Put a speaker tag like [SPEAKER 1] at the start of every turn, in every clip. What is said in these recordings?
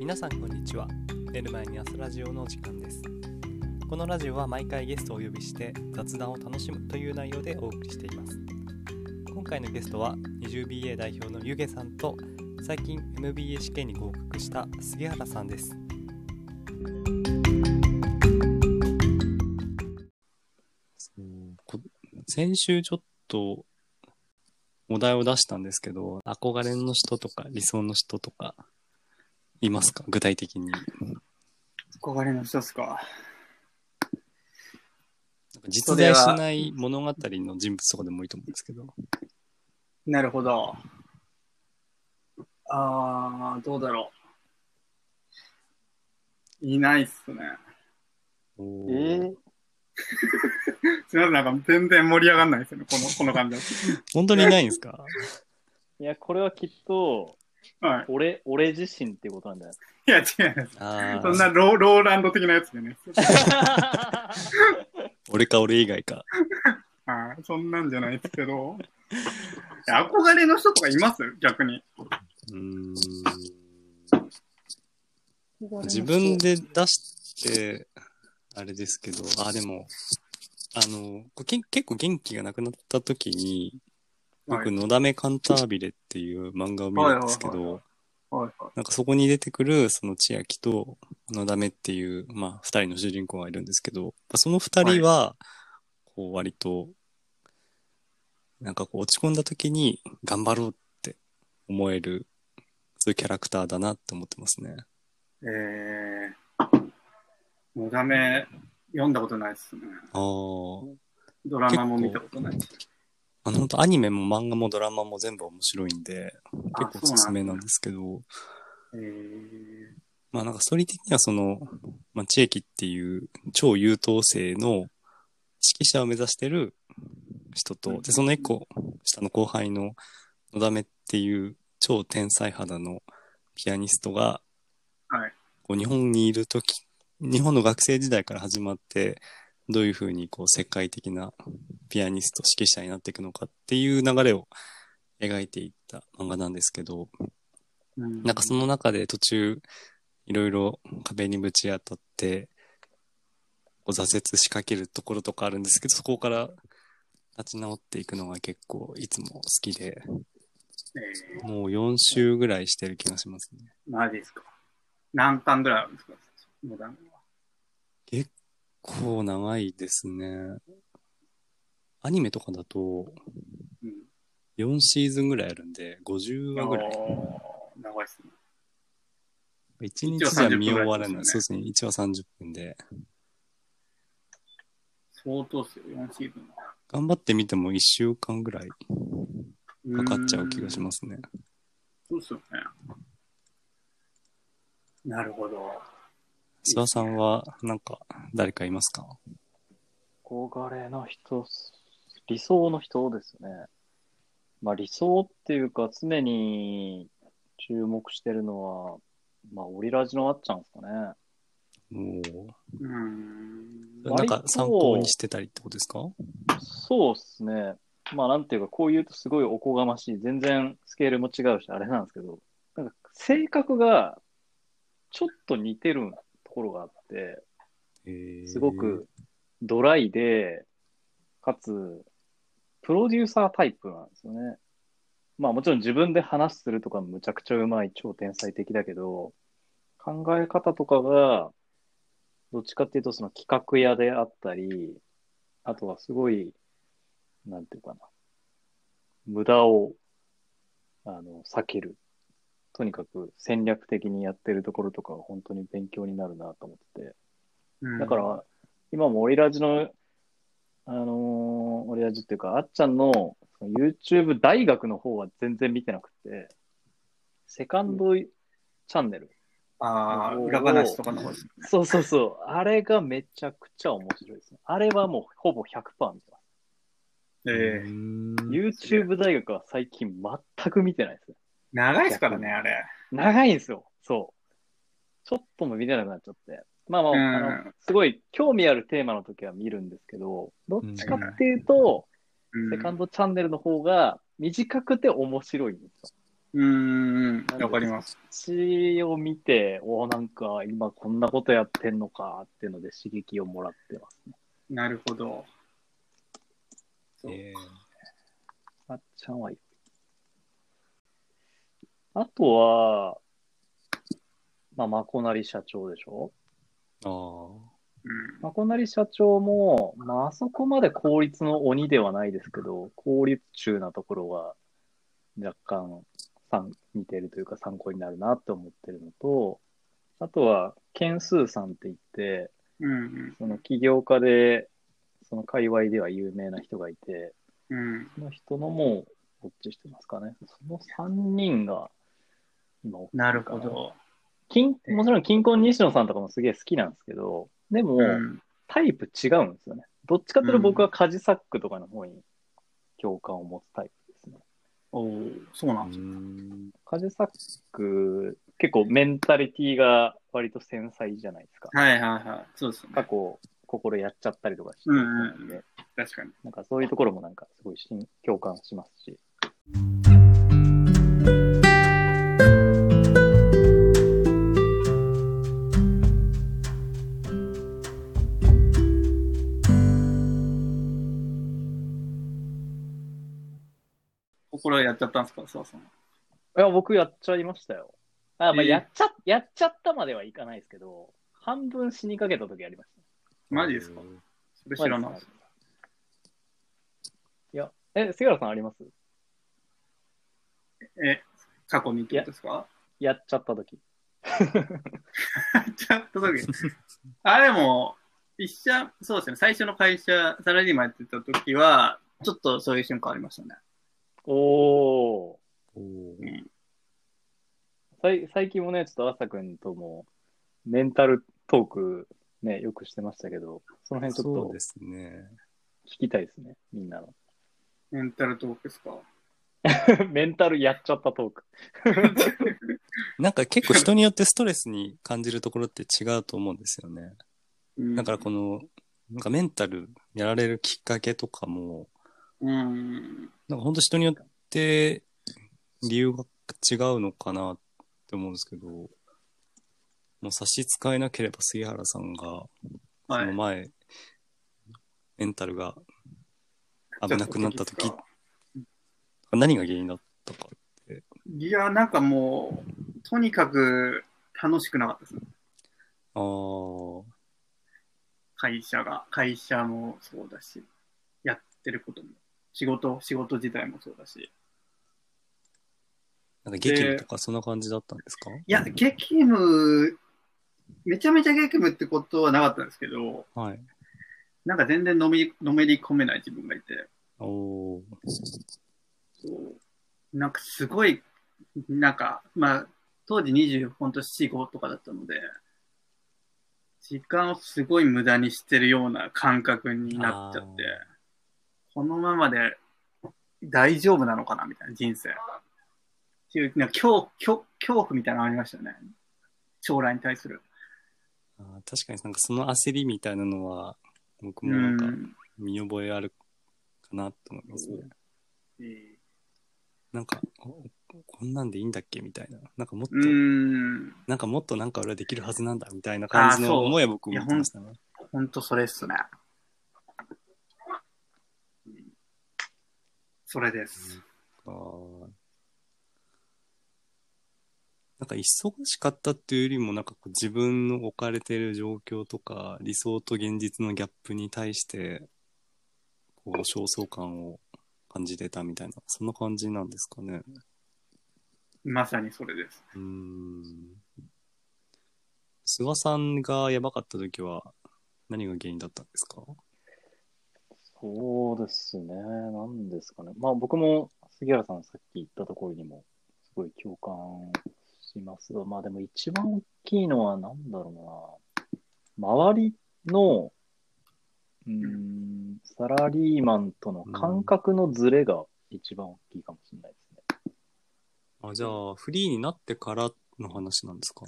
[SPEAKER 1] 皆さんこんにちは寝る前に朝ラジオの時間ですこのラジオは毎回ゲストをお呼びして雑談を楽しむという内容でお送りしています今回のゲストは 20BA 代表のゆげさんと最近 MBA 試験に合格した杉原さんですそうこ先週ちょっとお題を出したんですけど憧れの人とか理想の人とかいますか具体的になんか
[SPEAKER 2] 憧れの人ですか。
[SPEAKER 1] 実在しない物語の人物とかでもいいと思うんですけど
[SPEAKER 2] なるほど。あー、どうだろう。いないっすね。
[SPEAKER 1] お
[SPEAKER 3] え
[SPEAKER 1] ー
[SPEAKER 3] ー、
[SPEAKER 2] すみません、なんか全然盛り上がんないですよね、この、この感じ
[SPEAKER 1] 本当にいないんですか
[SPEAKER 3] いや、これはきっと、
[SPEAKER 2] は。はい。
[SPEAKER 3] 俺、俺自身っていうことなんじゃない
[SPEAKER 2] いや、違います。
[SPEAKER 1] あ
[SPEAKER 2] そんなローローランド的なやつでね。
[SPEAKER 3] ですか。
[SPEAKER 1] 俺か俺以外か。
[SPEAKER 2] はい。そんなんじゃないですけど。いや憧れの人とかいます逆に。
[SPEAKER 1] うん自分で出して、あれですけど、あ、でも、あの、こけ結構元気がなくなった時に、
[SPEAKER 2] はい
[SPEAKER 1] 僕、。のだめカンタービレっていう漫画を見るんですけ
[SPEAKER 2] はいはいはい
[SPEAKER 1] ど、
[SPEAKER 2] はいはい
[SPEAKER 1] なんかそこに出てくる、その千秋とのだめっていう、まあ、二人の主人公がいるんですけど、その二人は、こう、割と、なんかこう、落ち込んだ時に、頑張ろうって思える、そういうキャラクターだなって思ってますね。
[SPEAKER 2] えー、もうダメ、読んだことないっすね。
[SPEAKER 1] ああ。
[SPEAKER 2] ドラマも見たことないし。
[SPEAKER 1] あの、本当アニメも漫画もドラマも全部面白いんで、
[SPEAKER 2] あ
[SPEAKER 1] 結構おすすめなん
[SPEAKER 2] だ
[SPEAKER 1] ですけど、
[SPEAKER 2] えー、
[SPEAKER 1] まあなんかストーリー的にはその、まあ、千駅っていう超優等生の指揮者を目指してる人
[SPEAKER 2] うん
[SPEAKER 1] と、で、その一個下の後輩ののだめっていう超天才肌のピアニストが、
[SPEAKER 2] はい
[SPEAKER 1] こう日本にいるとき、日本の学生時代から始まって、どういうふうにこう世界的なピアニスト指揮者になっていくのかっていう流れを描いていった漫画なんですけど、
[SPEAKER 2] うん
[SPEAKER 1] なんかその中で途中、いろいろ壁にぶち当たって、こう挫折しかけるところとかあるんですけど、そこから立ち直っていくのが結構いつも好きで、
[SPEAKER 2] え
[SPEAKER 1] もう4週ぐらいしてる気がしますね。
[SPEAKER 2] ー、マジですか。何巻ぐらいあるんですかモダンは
[SPEAKER 1] こう長いですね。アニメとかだと
[SPEAKER 2] うん。
[SPEAKER 1] 4シーズンぐらいあるんで、50話ぐらい。
[SPEAKER 2] おー長いっすね。
[SPEAKER 1] 1日じゃ見終わら
[SPEAKER 2] 一話30
[SPEAKER 1] な
[SPEAKER 2] 分ぐらいですよね
[SPEAKER 1] い。そうですね。1話30分で。
[SPEAKER 2] 相当っすよ、4シーズン。
[SPEAKER 1] 頑張ってみても1週間ぐらいかかっちゃう気がしますすね。
[SPEAKER 2] そうっすよね。なるほど。
[SPEAKER 1] 諏訪さんは、なんか、誰かいますか
[SPEAKER 3] 憧れの人、理想の人ですね。まあ理想っていうか、常に注目してるのは、まあオリラジのあっちゃんですかね。
[SPEAKER 1] も
[SPEAKER 2] う
[SPEAKER 1] う、
[SPEAKER 2] ーん。
[SPEAKER 1] なん
[SPEAKER 3] 割
[SPEAKER 1] か
[SPEAKER 3] と
[SPEAKER 1] 参考にしてたりってことですか
[SPEAKER 3] そうですね。まあなんていうか、こう言うとすごいおこがましい。全然スケールも違うし、あれなんですけど、なんか性格がちょっと似てるところがあって、すごくドライで、かつ、プロデューサータイプなんですよね。まあもちろん自分で話するとかむちゃくちゃうまい、超天才的だけど、考え方とかが、どっちかっていうとその企画屋であったり、あとはすごい、なんていうかな、無駄を、あの、避ける。とにかく戦略的にやってるところとかは本当に勉強になるなと思ってて。
[SPEAKER 2] うん
[SPEAKER 3] だか、ら、今もオリラジの、あのーオリラジっていうか、あっちゃんのその YouTube 大学の方は全然見てなくて、セカンドチャンネル。
[SPEAKER 2] ああ、
[SPEAKER 3] おー
[SPEAKER 2] 裏話とかの方です。
[SPEAKER 3] そうそうそう。あれがめちゃくちゃ面白いですね。あれはもうほぼ100%見てま
[SPEAKER 2] え
[SPEAKER 3] す。
[SPEAKER 2] え
[SPEAKER 1] え
[SPEAKER 2] ー。
[SPEAKER 3] YouTube 大学は最近全く見てないですね。
[SPEAKER 2] 長いっすからね、あれ。
[SPEAKER 3] 長いんですよ。そう。ちょっとも見れなくなっちゃって。まあまあ、
[SPEAKER 2] うん
[SPEAKER 3] あのすごい興味あるテーマの時は見るんですけど、どっちかっていうと、
[SPEAKER 2] うん
[SPEAKER 3] セカンドチャンネルの方が短くて面白いんです
[SPEAKER 2] う
[SPEAKER 3] よ。
[SPEAKER 2] ーん、わかります。
[SPEAKER 3] 詩を見て、おお、なんか今こんなことやってんのかっていうので刺激をもらってます。
[SPEAKER 2] なるほど。そう
[SPEAKER 1] えー
[SPEAKER 3] あっちゃんはいい。あとは、まあ、まこなり社長でしょ
[SPEAKER 1] あー
[SPEAKER 2] うん
[SPEAKER 3] まこなり社長も、まああそこまで効率の鬼ではないですけど、効率中なところが若干さん似てるというか参考になるなって思ってるのと、あとは、件数さんって言って、
[SPEAKER 2] うん
[SPEAKER 3] その起業家で、その界隈では有名な人がいて、
[SPEAKER 2] うん
[SPEAKER 3] その人のもうウォッチしてますかね。その3人が今、
[SPEAKER 2] なるほど。
[SPEAKER 3] 金もちろん金婚西野さんとかもすげえ好きなんですけど、でも、
[SPEAKER 2] うん
[SPEAKER 3] タイプ違うんですよね。どっちかというと僕はカジサックとかの方に共感を持つタイプですね。
[SPEAKER 2] おーそうな
[SPEAKER 1] うん
[SPEAKER 2] です。
[SPEAKER 1] ん
[SPEAKER 3] カジサック、結構メンタリティが割と繊細じゃないですか。
[SPEAKER 2] はいはいはい。そうですよ
[SPEAKER 3] 過
[SPEAKER 2] ね。
[SPEAKER 3] 去、心やっちゃったりとかしてる人なんで、
[SPEAKER 2] 確かに。
[SPEAKER 3] なんかそういうところもなんかすごい親共感しますし。
[SPEAKER 2] 心やっちゃったんですか、そうそう。
[SPEAKER 3] いや、僕やっちゃいましたよ。あ、まあ、
[SPEAKER 2] えー
[SPEAKER 3] やっちゃ、やっちゃったまではいかないですけど、半分死にかけた時ありまし
[SPEAKER 2] マジですかそれ
[SPEAKER 3] た。
[SPEAKER 2] 知らない
[SPEAKER 3] マ
[SPEAKER 2] です
[SPEAKER 3] ジで。いや、え、杉原さんあります
[SPEAKER 2] え、過去にってことですか
[SPEAKER 3] やっちゃった時。
[SPEAKER 2] やっちゃった 時。あ、でも、一社、そうですね。最初の会社、サラリーマンやってた時は、ちょっとそういう瞬間ありましたね。
[SPEAKER 3] おー。
[SPEAKER 1] おー
[SPEAKER 3] さい最近もね、ちょっと朝くんともメンタルトークね、よくしてましたけど、その辺ちょ
[SPEAKER 1] そ
[SPEAKER 3] っ
[SPEAKER 1] う
[SPEAKER 3] と
[SPEAKER 1] ですね。
[SPEAKER 3] 聞きたいですね、みんなの。
[SPEAKER 2] メンタルトークですか
[SPEAKER 3] メンタルやっちゃったトーク。
[SPEAKER 1] なんか結構人によってストレスに感じるところって違うと思うんですよね。だからこの、なんかメンタルやられるきっかけとかも、
[SPEAKER 2] うん。
[SPEAKER 1] なんか本当人によって理由が違うのかなって思うんですけど、もう差し支えなければ杉原さんが、そ
[SPEAKER 2] はい
[SPEAKER 1] の。前、メンタルが危なくなった時、何が原因だったか。
[SPEAKER 2] いや、なんかもう、とにかく楽しくなかったですね。
[SPEAKER 1] ああ、
[SPEAKER 2] 会社が、会社もそうだし、やってることも、仕事、仕事自体もそうだし。い
[SPEAKER 1] なんか激務とかそんな感じだったんですか
[SPEAKER 2] や、激務、めちゃめちゃ激務ってことはなかったんですけど、
[SPEAKER 1] はい。
[SPEAKER 2] なんか全然のめりのめり込めない自分がいて、
[SPEAKER 1] おお
[SPEAKER 2] そうなんかすごい、なんか、まあ、当時20、ほんと4、5とかだったので、時間をすごい無駄にしてるような感覚になっちゃって
[SPEAKER 1] あー、
[SPEAKER 2] このままで大丈夫なのかなみたいな人生。っていう、なんか恐恐恐怖みたいなのありましたね。将来に対する。
[SPEAKER 1] あー確かになんかその焦りみたいなのは、僕
[SPEAKER 2] う
[SPEAKER 1] もなんか
[SPEAKER 2] ん。
[SPEAKER 1] 見覚えあるかなと思いますね。なんか、おこんなんでいいんだっけみたいな。なんかもっと、
[SPEAKER 2] うん。
[SPEAKER 1] なんかもっとなんか俺はできるはずなんだみたいな感じ
[SPEAKER 2] あーそ
[SPEAKER 1] の
[SPEAKER 2] う
[SPEAKER 1] 思いは僕も持ってましたね。
[SPEAKER 2] ほんとそれっすね。それです。
[SPEAKER 1] あーなんか忙しかったっていうよりも、なんかこう自分の置かれてる状況とか、理想と現実のギャップに対して、こう、焦燥感を感じてたみたいな、そんな感じなんですかね。
[SPEAKER 2] まさにそれです。
[SPEAKER 1] うーん。菅さんがやばかった時は、何が原因だったんですか
[SPEAKER 3] そうですね、なんですかね。まあ僕も杉原さんさっき言ったところにもすごい共感しますが、まあでも一番大きいのはなんだろうな、周りの、うーん、サラリーマンとの感覚のズレが一番大きいかもしれないですね。
[SPEAKER 1] あ、じゃあ、フリーになってからの話なんですか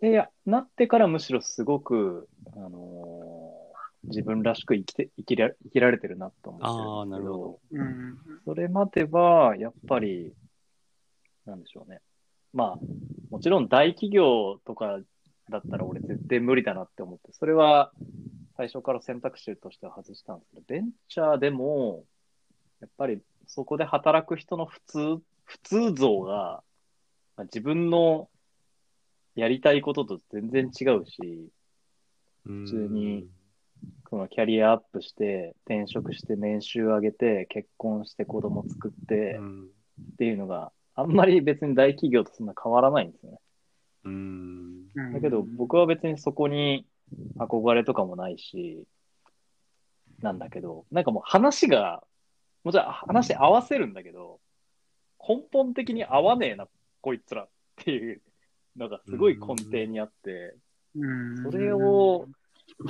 [SPEAKER 3] でいや、なってからむしろすごく、あのー自分らしく生きて生きら生きられてるなと思ってるんですけ
[SPEAKER 1] あーなるほど
[SPEAKER 2] うん。
[SPEAKER 3] それまでは、やっぱり、なんでしょうね。まあ、もちろん大企業とかだったら俺絶対無理だなって思って、それは最初から選択肢としては外したんですけど、ベンチャーでも、やっぱりそこで働く人の普通、普通像が、まあ自分のやりたいことと全然違うし、
[SPEAKER 1] 普
[SPEAKER 3] 通にそのキャリアアップして、転職して、年収上げて、結婚して、子供作って
[SPEAKER 1] うん。
[SPEAKER 3] っていうのが、あんまり別に大企業とそんな変わらないんですよね。
[SPEAKER 1] うん。
[SPEAKER 2] うん
[SPEAKER 3] だけど、僕は別にそこに憧れとかもないし、なんだけど、なんかもう話が、もちろん話合わせるんだけど、根本的に合わねえな、こいつらっていうのがすごい根底にあって、
[SPEAKER 2] うん
[SPEAKER 3] それを、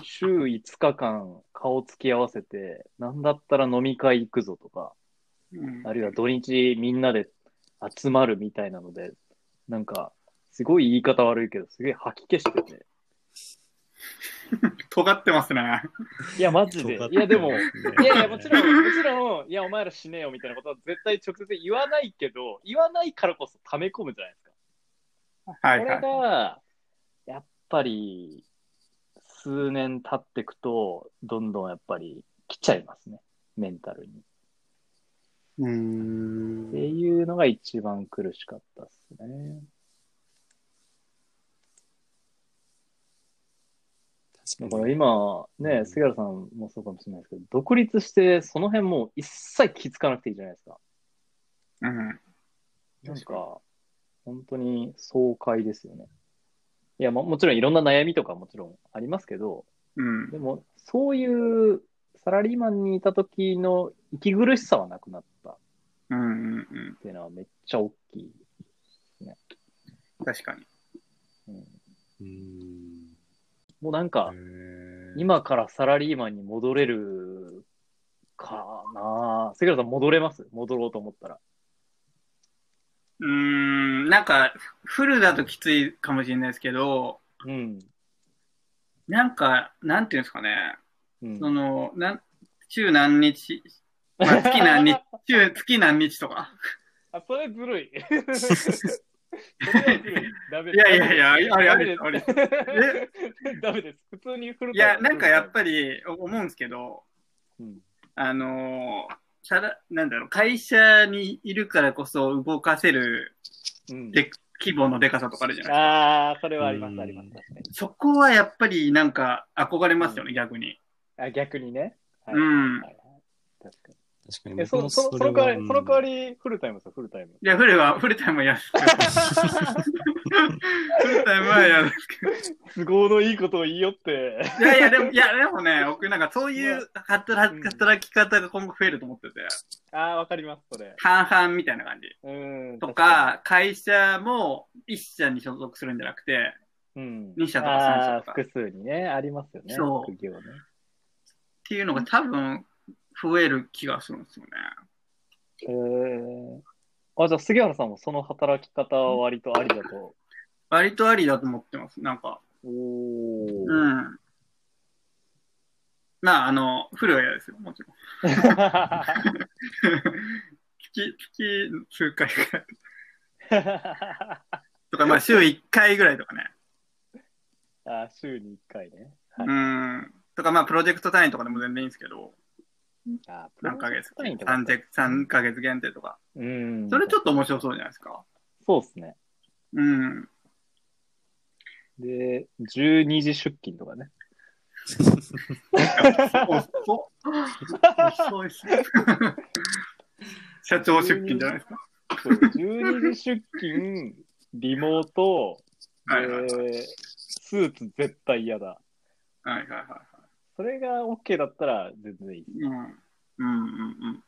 [SPEAKER 3] 週5日間顔つき合わせて、なんだったら飲み会行くぞとか、
[SPEAKER 2] うん
[SPEAKER 3] あるいは土日みんなで集まるみたいなので、なんか、すごい言い方悪いけど、すげえ吐き気してて。
[SPEAKER 2] 尖ってますね。
[SPEAKER 3] いや、マジで。いや、で も、いやいや、もちろん、もちろん、いや、お前ら死ねよみたいなことは絶対直接言わないけど、言わないからこそ溜め込むじゃないですか。
[SPEAKER 2] は
[SPEAKER 3] こ
[SPEAKER 2] いは
[SPEAKER 3] れ
[SPEAKER 2] い。
[SPEAKER 3] が、やっぱり、数年経ってくと、どんどんやっぱり来ちゃいますね。メンタルに。
[SPEAKER 2] う
[SPEAKER 3] って
[SPEAKER 2] ん。
[SPEAKER 3] いうのが一番苦しかったですね。だ
[SPEAKER 1] 確
[SPEAKER 3] か
[SPEAKER 1] からに。
[SPEAKER 3] 今、ね、杉原さんもそうかもしれないですけど、独立して、その辺もう一切気づかなくていいじゃないですか。
[SPEAKER 2] うん。
[SPEAKER 3] なんか、本当に爽快ですよね。いや、まあ、もちろんいろんな悩みとかもちろんありますけど、
[SPEAKER 2] うん
[SPEAKER 3] で。も、そういうサラリーマンにいた時の息苦しさはなくなったっ
[SPEAKER 2] うんうんうん。
[SPEAKER 3] ていうのはめっちゃ大きい。
[SPEAKER 2] 確かに。
[SPEAKER 1] う
[SPEAKER 3] うん、
[SPEAKER 1] ん。
[SPEAKER 3] もうなんか、
[SPEAKER 1] へー、
[SPEAKER 3] 今からサラリーマンに戻れるかな杉原さん戻れます戻ろうと思ったら。
[SPEAKER 2] うーん、なんか、フルだときついかもしれないですけど、
[SPEAKER 3] うん。
[SPEAKER 2] なんか、なんていうんですかね。
[SPEAKER 3] うん、
[SPEAKER 2] その、なん、週何日、まあ、月何 日、週、月何日とか。
[SPEAKER 3] あ、それずるい。 それはずるい。ダメ
[SPEAKER 2] いやいやいや、ありあり
[SPEAKER 3] ダメ
[SPEAKER 2] で、
[SPEAKER 3] です
[SPEAKER 2] ありです。
[SPEAKER 3] す。 ダメです。普通に振る
[SPEAKER 2] い や、なんかやっぱり思うんですけど、
[SPEAKER 3] うん
[SPEAKER 2] あのー、さら、なんだろう、会社にいるからこそ動かせる
[SPEAKER 3] うん
[SPEAKER 2] で規模のでかさとかあるじゃない
[SPEAKER 3] ああ、それはありま
[SPEAKER 1] う
[SPEAKER 3] す、
[SPEAKER 1] ん
[SPEAKER 3] あります。確かに。
[SPEAKER 2] そこはやっぱりなんか憧れますよね、逆に。
[SPEAKER 3] あ、逆にね。はい
[SPEAKER 2] うん
[SPEAKER 3] はいはい確か
[SPEAKER 1] 確かに
[SPEAKER 3] に。え、
[SPEAKER 1] 僕
[SPEAKER 3] そ、
[SPEAKER 1] も
[SPEAKER 3] その、そ
[SPEAKER 1] れは
[SPEAKER 3] の代わり、
[SPEAKER 1] うん
[SPEAKER 3] その代わり、フルタイムですよ、フルタイム。
[SPEAKER 2] いや、フルは、フルタイムはやる。 フルタイムはやる。
[SPEAKER 3] 都合のいいことを言いよって。
[SPEAKER 2] いやいや、でも、いや、でもね、僕なんかそういう働
[SPEAKER 3] うん
[SPEAKER 2] き働き方が今後増えると思ってて、
[SPEAKER 3] ああ、わかります、それ。
[SPEAKER 2] 半々みたいな感じ。
[SPEAKER 3] うん。
[SPEAKER 2] とか、会社も一社に所属するんじゃなくて、
[SPEAKER 3] 確かに、うん。
[SPEAKER 2] 二社とか三社とか
[SPEAKER 3] あー複数にね、ありますよね。
[SPEAKER 2] そう
[SPEAKER 3] 副業ね。
[SPEAKER 2] っていうのが多分増える気がするんですよね。
[SPEAKER 3] えー、あ、じゃあ、杉原さんもその働き方は割とありだと。
[SPEAKER 2] 割とありだと思ってます。なんか、
[SPEAKER 3] おー
[SPEAKER 2] うん。まあ、あの、フルは嫌ですよ、もちろん。月、月数回ぐらいとか、まあ、週1回ぐらいとかね。
[SPEAKER 3] あ週に1回ね。はい
[SPEAKER 2] うん。とか、まあ、プロジェクト単位とかでも全然いいんですけど、
[SPEAKER 3] あプロ
[SPEAKER 2] 何ヶ月
[SPEAKER 3] 単位とか
[SPEAKER 2] 三月三ヶ月限定とか。
[SPEAKER 3] うん。
[SPEAKER 2] それち
[SPEAKER 3] ょっと。
[SPEAKER 2] ょっと面白そうじゃないですか。
[SPEAKER 3] そうですね。
[SPEAKER 2] うん。
[SPEAKER 3] で、12時出勤とかね。
[SPEAKER 2] 遅っ。遅いし。社長出勤じゃないですか。
[SPEAKER 3] そう12時出勤、リモート、
[SPEAKER 2] はいはいはい
[SPEAKER 3] で、スーツ絶対嫌だ。
[SPEAKER 2] はいはいは
[SPEAKER 3] それが OK だったら全然いい。
[SPEAKER 2] い。うん。うんうんうん。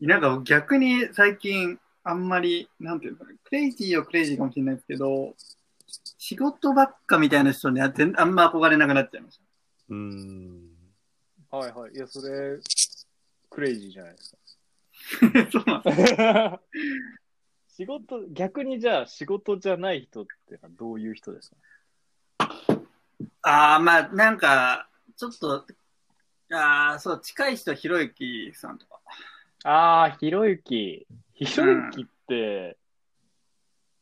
[SPEAKER 2] なんか逆に最近あんまり、なんていうのかな、クレイジーはクレイジーかもしれないですけど、仕事ばっかみたいな人には全あんま憧れなくなっちゃいました。
[SPEAKER 1] うん。
[SPEAKER 3] はいはい。いや、それ、クレイジーじゃないですか。
[SPEAKER 2] そう なんです
[SPEAKER 3] 仕事、逆にじゃあ仕事じゃない人ってのはどういう人ですか
[SPEAKER 2] ああ、まあ、なんか、ちょっと、ああ、そう、近い人、ひろゆきさんとか。
[SPEAKER 3] ああ、ひろゆき。ひろゆきって、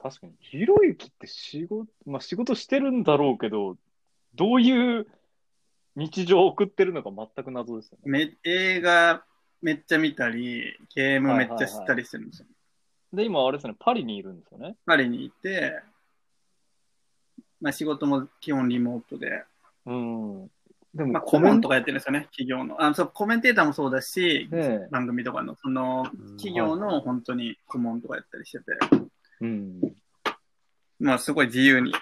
[SPEAKER 3] 確かに、ひろゆきって仕事、まあ仕事してるんだろうけど、どういう日常を送ってるのか全く謎ですよね。
[SPEAKER 2] め映画めっちゃ見たり、ゲームめっちゃ知ったりしてるんですよ。
[SPEAKER 3] で、今あれですね、パリにいるんですよね。
[SPEAKER 2] パリにいて、まあ仕事も基本リモートで、
[SPEAKER 3] うん。で
[SPEAKER 2] ま
[SPEAKER 3] も
[SPEAKER 2] あ顧問と
[SPEAKER 3] か
[SPEAKER 2] かやってるんですよね、企業の。あそうコメンテーターもそうだし、
[SPEAKER 3] ねえ。
[SPEAKER 2] 番組とかの、その、企業
[SPEAKER 3] はいは
[SPEAKER 2] の本当に顧問とかやったりしてて、
[SPEAKER 3] うん。
[SPEAKER 2] まあすごい自由に、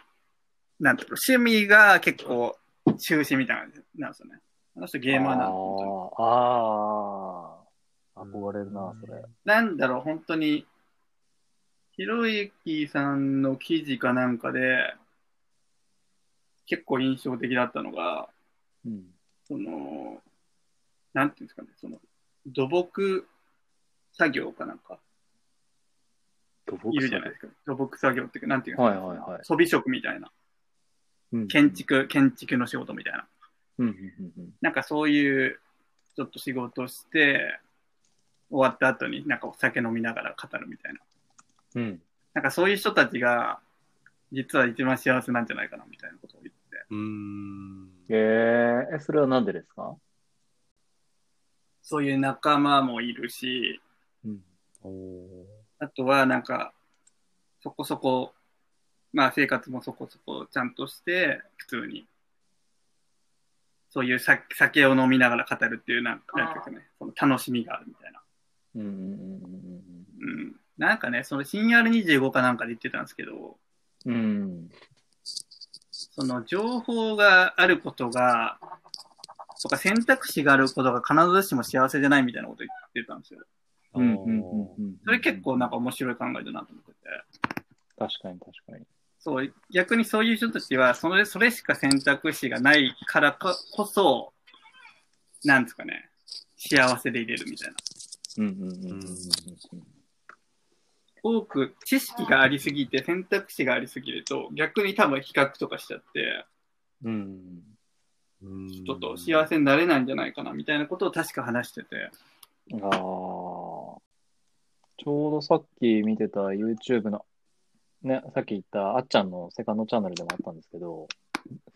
[SPEAKER 2] なんていうの、趣味が結構中止みたいな感じなんですよね。あの人ゲーマーなんで本当に
[SPEAKER 3] ああああ、憧れるな、それ。
[SPEAKER 2] なんだろう、本当に、ひろゆきさんの記事かなんかで、結構印象的だったのが、
[SPEAKER 3] うん。
[SPEAKER 2] その、なんていうんですかね、その、土木作業かなんか、いるじゃないですか。土木作業っていうか、なんていうの、
[SPEAKER 3] はいはいはい
[SPEAKER 2] 装備職みたいな。
[SPEAKER 3] うん
[SPEAKER 2] 建。築、建築の仕事みたいな。
[SPEAKER 3] うんうんうんうん
[SPEAKER 2] なんかそういう、ちょっと仕事をして、終わった後になんかお酒飲みながら語るみたいな。
[SPEAKER 3] うん。
[SPEAKER 2] なんかそういう人たちが、実は一番幸せなんじゃないかなみたいなことを言ってて。
[SPEAKER 1] うーん。
[SPEAKER 3] えー、え、それはなんでですか
[SPEAKER 2] そういう仲間もいるし、
[SPEAKER 3] うん。
[SPEAKER 1] おお。
[SPEAKER 2] あとはなんか、そこそこ、まあ生活もそこそこちゃんとして、普通に。そういうさ酒を飲みながら語るっていう、なんか、なんていうかね、その楽しみがあるみたいな。
[SPEAKER 3] うんうんうん
[SPEAKER 2] うん。なんかね、その CR25 かなんかで言ってたんですけど、
[SPEAKER 3] うんうん。
[SPEAKER 2] その情報があることが、とか選択肢があることが必ずしも幸せじゃないみたいなこと言ってたんですよ。
[SPEAKER 1] あー
[SPEAKER 3] うんうんうんうん。
[SPEAKER 2] それ結構なんか面白い考えだなと思ってて。
[SPEAKER 3] 確かに確かに。
[SPEAKER 2] そう、逆にそういう人たちは、それ、それしか選択肢がないからここそ、なんですかね、幸せでいれるみたいな。
[SPEAKER 3] うんうんうんうんうん
[SPEAKER 2] 多く知識がありすぎて、選択肢がありすぎると、逆に多分比較とかしちゃって、
[SPEAKER 3] うん。うん。
[SPEAKER 1] うん
[SPEAKER 2] ちょっと幸せになれないんじゃないかな、みたいなことを確か話してて。
[SPEAKER 3] ああ。ちょうどさっき見てた YouTube の、ね、さっき言ったあっちゃんのセカンドチャンネルでもあったんですけど、
[SPEAKER 2] はい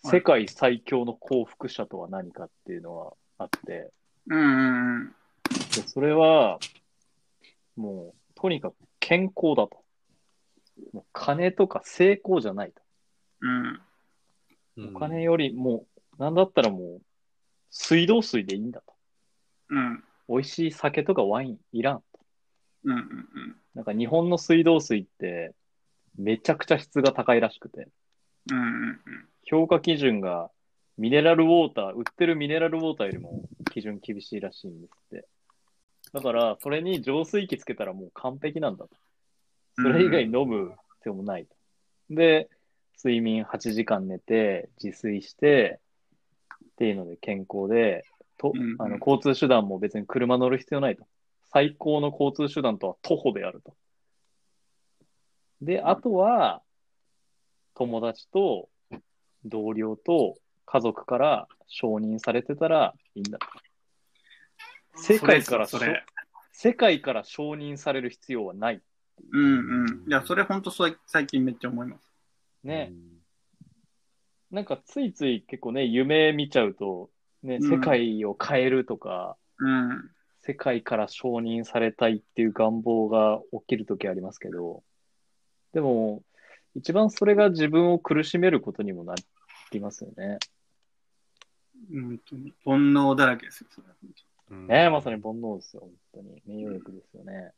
[SPEAKER 3] 世界最強の幸福者とは何かっていうのがあって、
[SPEAKER 2] うんうんうん。
[SPEAKER 3] でそれは、もう、とにかく健康だと。もう金とか成功じゃないと。
[SPEAKER 2] うん。
[SPEAKER 1] うん
[SPEAKER 3] お金よりも、なんだったらもう、水道水でいいんだと。
[SPEAKER 2] うん。
[SPEAKER 3] 美味しい酒とかワインいらんと。
[SPEAKER 2] うんうんうん。
[SPEAKER 3] なんか日本の水道水って、めちゃくちゃ質が高いらしくて、
[SPEAKER 2] うんうんうん。
[SPEAKER 3] 評価基準がミネラルウォーター、売ってるミネラルウォーターよりも基準厳しいらしいんですって。だから、それに浄水器つけたらもう完璧なんだと。それ以外飲む必要もないと。で、睡眠8時間寝て、自炊して、っていうので健康で、と
[SPEAKER 2] うんうん
[SPEAKER 3] あの交通手段も別に車乗る必要ないと。最高の交通手段とは徒歩であると。で、あとは、友達と同僚と家族から承認されてたらいいんだと。世界から
[SPEAKER 2] それそれ
[SPEAKER 3] 世界から承認される必要はない。
[SPEAKER 2] うんうん。いや、それ本当そう最近めっちゃ思います。
[SPEAKER 3] ね、なんかついつい結構ね、夢見ちゃうと、ね、
[SPEAKER 2] うん
[SPEAKER 3] 世界を変えるとか、
[SPEAKER 2] うん。
[SPEAKER 3] 世界から承認されたいっていう願望が起きるときありますけど、でも、一番それが自分を苦しめることにもなりますよね。
[SPEAKER 2] 本当に。煩悩だらけですよ、それは。
[SPEAKER 1] うん。
[SPEAKER 3] ねまさに煩悩ですよ、本当に。名誉欲ですよね。